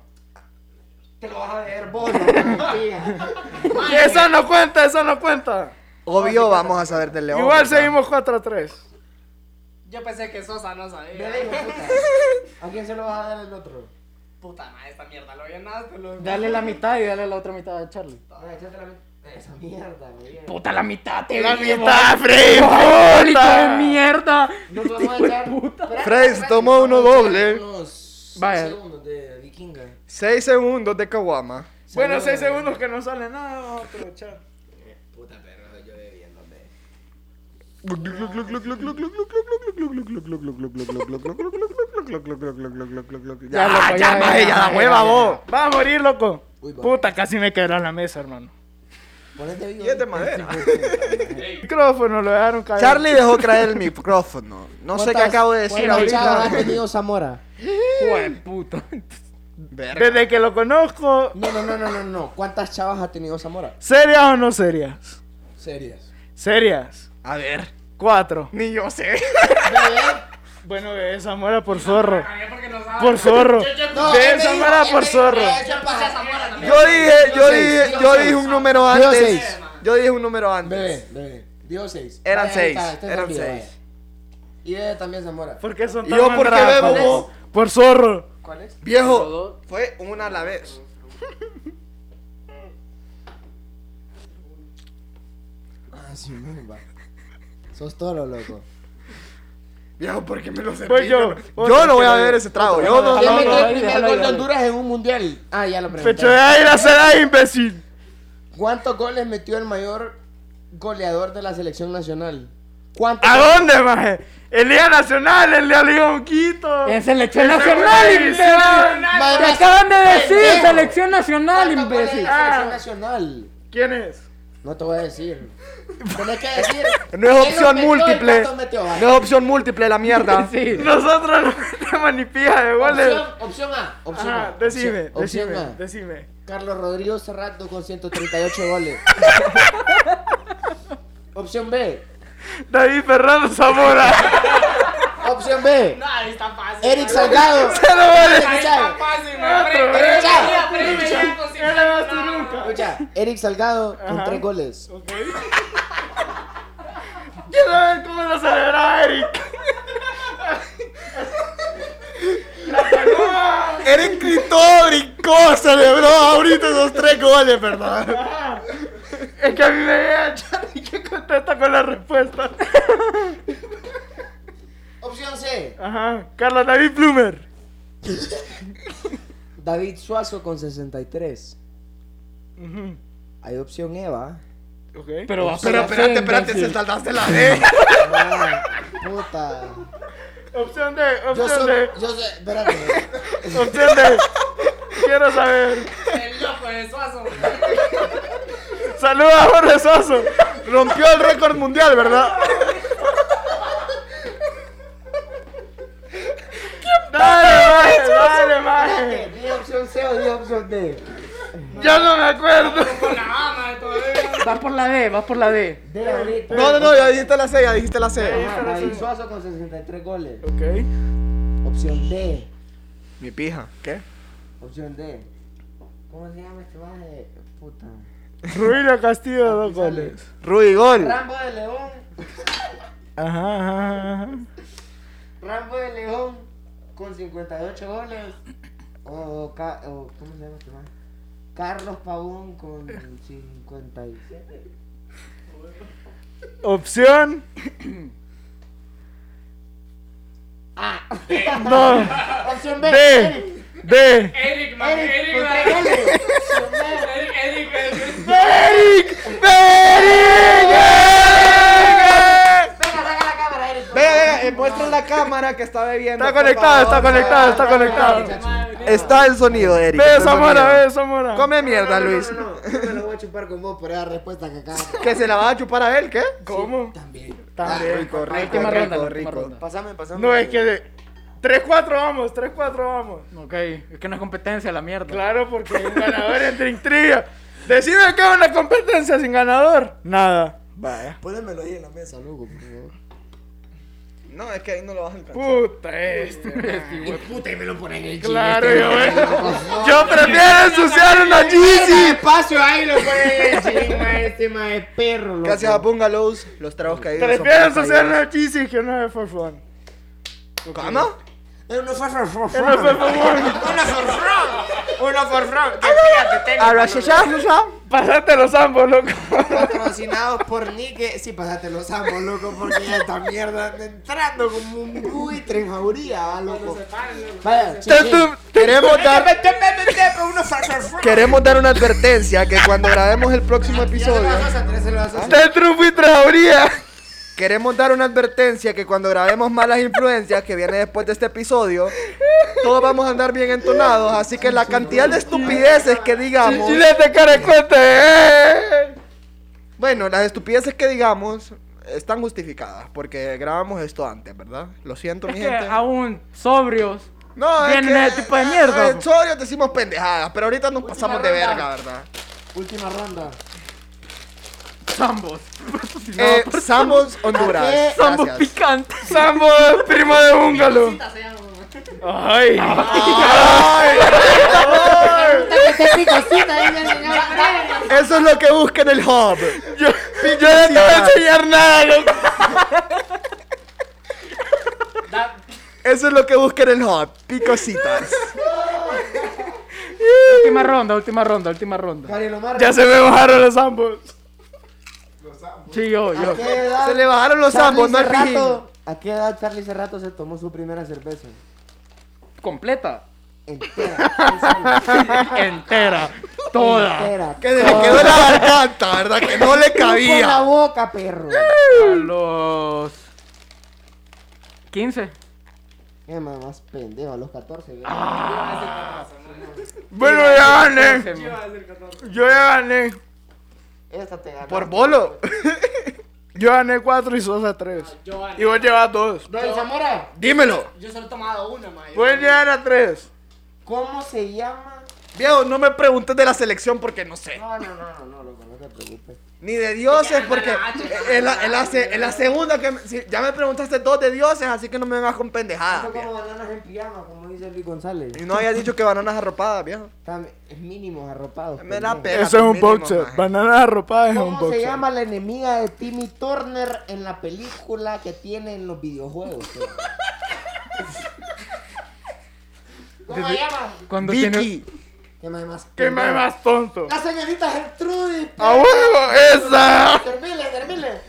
Te lo vas a ver vos. loco. Esa no cuenta, esa no cuenta. Obvio, vamos a saber del León. Igual ¿verdad? seguimos 4 a 3. Yo pensé que Sosa no sabía. Dale, hijo de puta. ¿A quién se lo vas a dar el otro? Puta madre, esta mierda lo llenaste, lo Dale la mitad y dale la otra mitad a Charlie. Ah, échate la mi- Esa mierda, güey. Puta, la mitad te La digo. mitad, Freddy. Ay, hijo puta. de mierda! No te vamos a echar. Espérate, Freddy se espérate, tomó ¿eh? vamos uno a echar doble. Unos seis Vaya. segundos de vikinga. 6 segundos de Kawama. Bueno, 6 segundos que no sale nada, vamos a aprovechar. Ya, loco, ya, ya, maje, ya, ya la ya, hueva, ya, ya. vos. Va a morir, loco. Uy, va. Puta, casi me quebró la mesa, hermano. Ponete vivo. Y es de madera. El micrófono lo dejaron caer. Charlie dejó caer el micrófono. No sé qué ¿Cuántas- acabo de decir cuántas chavas ha ahorita. tenido Zamora? Joder, puta. Verga. Desde que lo conozco, No, no, no, no, no, no. ¿Cuántas chavas ha tenido Zamora? ¿serias o no serias? Serias. Serias. A ver. Cuatro. Ni yo sé. Bueno, bebé Zamora por zorro. porque no sabe. Por zorro. No, Bebé él me dijo- Zamora él por me dijo- zorro. eh, yo paja. Yo dije, yo seis, dije, digo yo seis. dije un número Digo antes. seis. Yo dije un número antes. Bebé, bebé. Digo seis. Eran Vaya, seis, ahí está, este eran también, seis. vaya. Y bebé también Zamora. ¿Por qué son ¿Y tan yo por qué mandrapas? bebo, vos? Por zorro. ¿Cuál es? Viejo, fue una a la vez. Ah, sí, va. Sos toro, loco. Viejo, ¿por qué me lo serví? Voy Pues yo. Yo, no- yo no voy a beber ese trago. Yo no. ¿Quién no, metió no, el primer déjalo, gol de déjalo. Honduras en un mundial? Ah, ya lo pregunté. Pecho de aire, será imbécil. ¿Cuántos goles metió el mayor goleador de la selección nacional? ¿Cuántos? ¿A dónde, maje? El Día Nacional, el Día León Quito. En selección nacional, imbécil. Te acaban de decir Pendejo. selección nacional, ¿Cuántos goles de imbécil. la Ah. selección nacional? ¿Quién es? No te voy a decir. Tenés que decir. No es opción múltiple. No No. es opción múltiple la mierda. Sí. Nosotros no metemos ni pija de goles. Opción, opción A. Opción Ah, Ajá, A. decime, opción- opción decime, A. decime. Carlos Rodrigo Cerrato con 138 goles. opción B. David Ferrando Zamora. Opción B. No, ahí está fácil. Eric Salgado. Cero goles. Ahí está fácil, man. Otro, Pero eh. ya, pero ya, con No le vas tú nunca. Escucha, Eric Salgado con Ajá. tres goles. Ok. Quiero ver cómo lo celebra Eric. Eric gritó, brincó, celebró ahorita esos tres goles, ¿verdad? Es que a mí me llega Charlie que contesta con la respuesta. Opción C. Ajá. Carlos David Plumer. David Suazo con 63. Hay opción E, va. Ok. Pero va a Pero ser espérate, espérate, imbécil. se saltaste la D. Ah, puta. Opción D, Yo opción soy. D, Yo soy. Espérate. opción D. Quiero saber. El loco de Suazo. Saludos a Jorge Soso. Rompió el récord mundial, ¿verdad? Dale, maje, dale, maje. Espérate, ¿Dije opción C o dije opción D? Ya no me acuerdo. Con la ama todavía. Va por la D, va por la D. D ahorita. No, no, no, ya dijiste la C, ya dijiste la C. Ajá, David Suazo con 63 goles. Ok. Opción D. Mi pija, ¿qué? Opción D. ¿Cómo se llama este maje? Puta. Rubino Castillo, dos goles. Rudy Gol. Rambo de León. Ajá, ajá, ajá. Rambo de León con 58 goles. O, Ca- o ¿cómo se llama este man? Carlos Pavón con 57. Opción. Ah. No. Opción B. Eric. D. D. Eric, man. Eric, Eric, con man. tres goles. Opción B. Eric, Eric, Eric. Eric. Eric. Venga, saca la cámara, Eric. Venga, venga, eh, muestra la cámara que está bebiendo. Está por conectado, favor. está conectado, está conectado. Está el sonido, Eric. Ve está el sonido. Zamora, ve Zamora. Come mierda, No, no, Luis. No, no, yo me lo voy a chupar con vos por esa respuesta que acabas. ¿Que se la va a chupar a él, qué? ¿Cómo? También. También. Rico, rico, última ronda, rico, la última rico. ronda. Pasame, pasame. No, es que. de- 3-4 vamos, 3-4 vamos. Ok, es que no es competencia la mierda. Claro, porque hay un ganador entre intriga. Decime que es una competencia sin ganador. Nada. Vaya. Pónemelo ahí en la mesa, loco, por favor. No, es que ahí no lo vas a alcanzar. Puta este. Puta, y me lo ponen el Claro, yo, yo- yo prefiero ensuciar una Yeezy. espacio ahí lo ponen el chingma este ma es perro, loco. Gracias a Bungalows, los tragos caídos. son Prefiero para ensuciar caídos. una Yeezy que una de For Fun. ¿Cómo? Eh, no fue for for Que no fue For Fun. Una for Ahora sí, ya, ya, ya. Pasate los ambos, loco. Patrocinados por Nike. Sí, pasate los ambos, loco, porque ya esta mierda anda entrando como un buitre en jauría, va, loco. Vaya, chiquín. Queremos dar, Uno for for for. queremos dar una advertencia que cuando grabemos el próximo episodio, Ya se lo vas a hacer, se lo vas a hacer. Dentro fui tres habría. queremos dar una advertencia que cuando grabemos malas influencias que viene después de este episodio, todos vamos a andar bien entonados, así que la cantidad de estupideces que digamos, Chilete caracote. eh. bueno, las estupideces que digamos están justificadas porque grabamos esto antes, ¿verdad? Lo siento, Es mi que gente. aún sobrios. No, es vienen que, ese tipo de mierda. En serio decimos pendejadas, pero ahorita nos pasamos de verga, ¿verdad? Última ronda. Zambos. Eh, Samos Honduras. ¿Qué? Zambos Gracias. picantes. Sambo, primo de búngalo. Ay. Eso es lo que busca en el hub. Yo, yo no te voy a enseñar nada, loco. Eso es lo que busca en el hub. Picositas. Última ronda, última ronda, última ronda. Cari Lomar. Ya se me bajaron los ambos. Sí, yo, yo. ¿Qué edad? Ah, Se le bajaron los ambos, no Charlie al pijín. Cerrato ¿A qué edad Charlie Cerrato se tomó su primera cerveza? Completa. Entera. Entera. Toda. Entera. Que le quedó la garganta, ¿verdad? Que no le Con la cabía. boca, perro. A los 15. Qué más pendejo, a los 14. güey. Ah. Bueno, ya gané. 15, man. Yo ya gané. Esta te ganó. Por bolo. Yo gané cuatro y Sosa tres. Yo Y vos llevas dos. Don Zamora, Dímelo. Yo solo he tomado una, mae. Vos llegar a tres. ¿cómo se llama? Viejo, no me preguntes de la selección porque no sé. No, no, no, no, no, loco, no te preocupes. Ni de dioses porque en la, en la se- en la segunda que... me- si- ya me preguntaste dos de dioses, así que no me vengas con pendejadas. Son viejo. como bananas en pijama, como dice Luis González. Y no habías dicho que bananas arropadas, viejo. Tam- Es mínimos arropados. Me la pendejo. pega. Eso es un mínimo, boxer. maje. Bananas arropadas es un ¿Cómo se boxer. llama la enemiga de Timmy Turner en la película que tiene en los videojuegos? güey? ¿Cómo se llama? Cuando tiene... Vicky. ¿Qué más? más ¿Qué más más tonto? La señorita Gertrudis. ¡A huevo! ¡Esa! Termile, termile.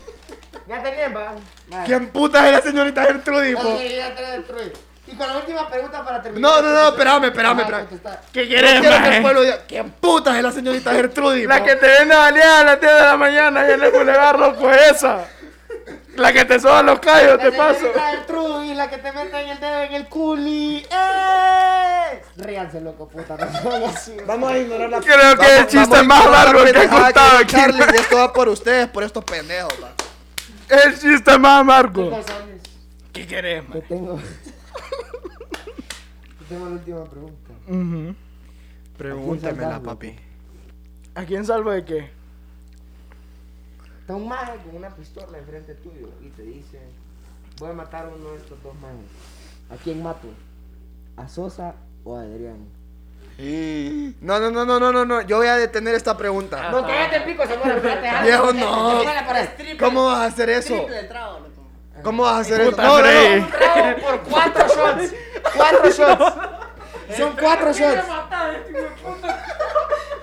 Ya tenían, va. Vale. ¿Quién putas es la señorita Gertrudis? La po? señorita Gertrudis. Y con la última pregunta para terminar. No, no, no, espérame, Ah, Vas espérame, a espérame. contestar. ¿Qué No querés, quiero que el maje? pueblo diga, ¿quién putas es la señorita Gertrudis? La po?" que te viene a balear a las 10 de la mañana y en el bulevar rojo es pues, esa. La que te soba los callos, te La paso. señorita Gertrudis, la que te mete en el dedo en el culi. ¡Eh! Ríanse, loco, puta. No son así. Vamos a ignorar la Creo que es el chiste más largo que Ah, he contado aquí. pues. Charlie, y esto va por ustedes, por estos pendejos, va. El chiste más amargo. Calzones. ¿Qué querés, Yo tengo. Yo tengo la última pregunta. Pregúntamela, papi. ¿A quién salvo de qué? Está un mago con una pistola enfrente tuyo y te dice: Voy a matar a uno de estos dos magos. ¿A quién mato? ¿A Sosa o a Adrián? No, no, no, no, no, no, no, yo voy a detener esta pregunta. No, cállate el pico, se muere. espérate, algo. Viejo, no. Se muere para stripper. ¿Cómo vas a hacer eso? Triple trago, loco. ¿Cómo vas a hacer eso? Puta, No, no, Frey. no. Un trago por cuatro shots. Cuatro shots. Son cuatro shots.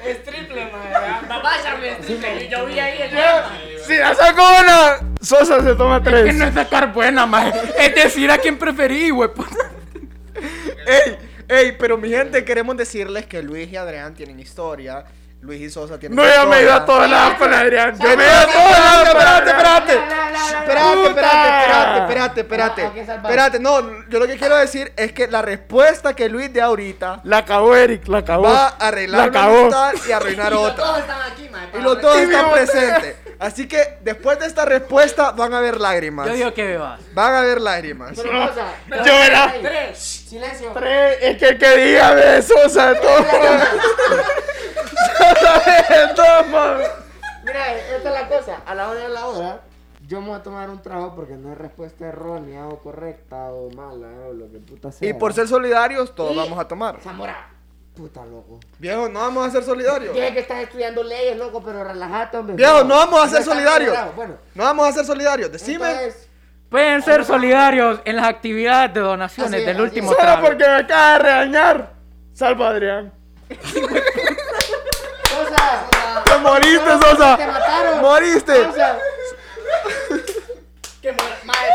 Es triple, mae. Papá, Charlie, es triple. Yo vi ahí el. Si la saco una, Sosa se toma Que no tres. es sacar buena, maje. Es decir, a quién preferí, güey. puta. Ey, ey, pero mi gente, queremos decirles que Luis y Adrián tienen historia. Luis y Sosa tienen No, yo me he ido a historia. todas las para Adrián. Yo me he ido a todas las Espérate, para espérate, Adrián. espérate. Espérate, espérate, No, espérate, espérate, hay que espérate. salvar. Espérate, no, yo lo que quiero decir es que la respuesta que Luis de ahorita La cagó Eric, la cagó. va a La arreglar una cagó. amistad y arruinar otra. Todos están aquí, mae. Y los dos Y mi están botella. presentes. Así que después de esta respuesta van a haber lágrimas. Yo digo que bebas. Van a haber lágrimas. Pero, Sosa, Yo era Tres. Silencio. tres. Es que el que diga de Sosa de todo. Sosa de todo, man. Mira, esta es la cosa. A la hora de la hora, yo me voy a tomar un trago porque no hay respuesta errónea o correcta o mala o lo que puta sea. Y por ser solidarios, todos Y- vamos a tomar. Zamora. Puta loco. Viejo, no vamos a ser solidarios. Yo sé que estás estudiando leyes, loco, pero relájate, hombre. Viejo, no vamos a ser estás solidarios. enamorado. Bueno, No vamos a ser solidarios. Decime. entonces, Pueden ser solidarios en las actividades de donaciones Así es, del así último es. Solo trago. porque me acaba de regañar. Salva Adrián. Sosa, Sosa, Te moriste, Solo porque Sosa. te mataron. Moriste. Sosa. Que muera. Mae.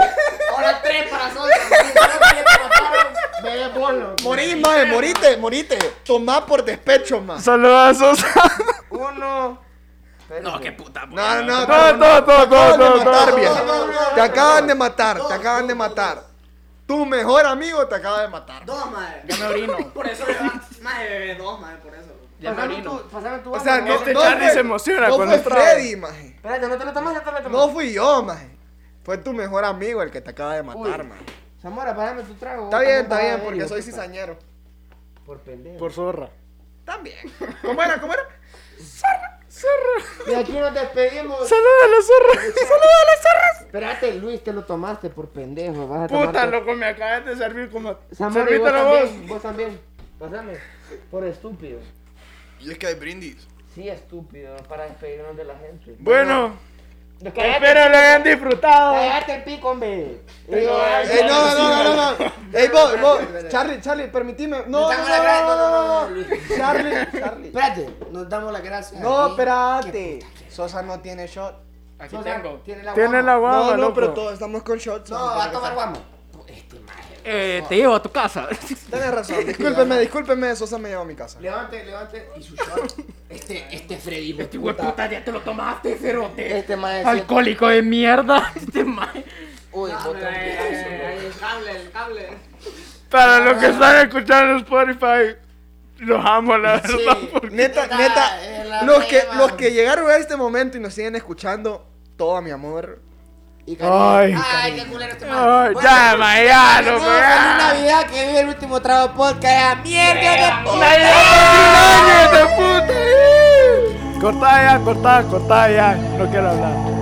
Ahora tres para Sosa. mae. Solo que te mataron. Bebe bolo. Morís, mae, morite, morite. Tomá por despecho, mae. Saludos a Sosa. Uno. No, qué puta. No, no, no. No, no, no, no, no, no, Te acaban de matar, no. viejo. no, no, Te no, acaban de matar, te acaban de matar. Tu mejor amigo te acaba de matar. Dos, mae. Ya me orino. Por eso bebas. Mae, bebé, dos, mae. Por eso. Ya me Pasame orino. tu, pasame tu O sea, vaso, no, bebé. Este no Charlie fue, se emociona no con fue los tragos. Freddy, maje. Espérate, no te lo tomas, no te lo tomas. No fui yo, maje. Fue tu mejor amigo el que te acaba de matar, Uy. maje. Zamora, pásame tu trago. Está vos también bien, está vas a bien, ver, porque hijo soy de puta. cizañero. Por pendejo. Por zorra. También. ¿Cómo era? ¿Cómo era? Y aquí nos despedimos. Saludos a la zorra. Saludos a la zorra. Espérate, Luis, te lo tomaste por pendejo. Vas a Puta, tomarte- loco, me acabas de servir como. Zamora, y vos Servítelo vos. también. Vos también. Pásame. Por estúpido. Y es que hay brindis. Sí, estúpido. Para despedirnos de la gente. Bueno, Cállate, espero lo hayan disfrutado. cállate el pico, hombre. eh, Ey, Eh, no, no, no, no, no, no. Ey, vos, vos, Charlie, Charlie, permitime. No, no, no, no, no, no. Charlie, Charlie. Espérate, nos damos las gracias. No, Aquí. espérate. Sosa no tiene shot. Aquí Sosa, tengo. Tiene la Tiene la guama. guava, no, no, loco. pero todos estamos con shots. No, va a tomar guamo. Este maje. Eh, te llevo a tu casa. Tienes razón. Discúlpeme, discúlpeme, Sosa me llevó a mi casa. Levante, levante. Y su short. Este, este Freddy, hijo de Este güey puta. puta, ya te lo tomaste, cerote. Este mae es- Alcohólico de mierda. Este mae. Uy, botón. Eh, El cable, el cable. Para los que están escuchando en Spotify, los amo, la verdad. porque- Neta, Puta, eh, neta, la los que, rema. los que llegaron a este momento y nos siguen escuchando, todo mi amor. Y Ay, Ay, qué culero este ay, maje. Bueno, ya, ma, ya, No, loco, feliz ya. Navidad que vive el último trago podcast. ¡Mierda de puta! ¡Navidad por cien años de puta! Cortá ya, cortá, cortá ya. No quiero hablar.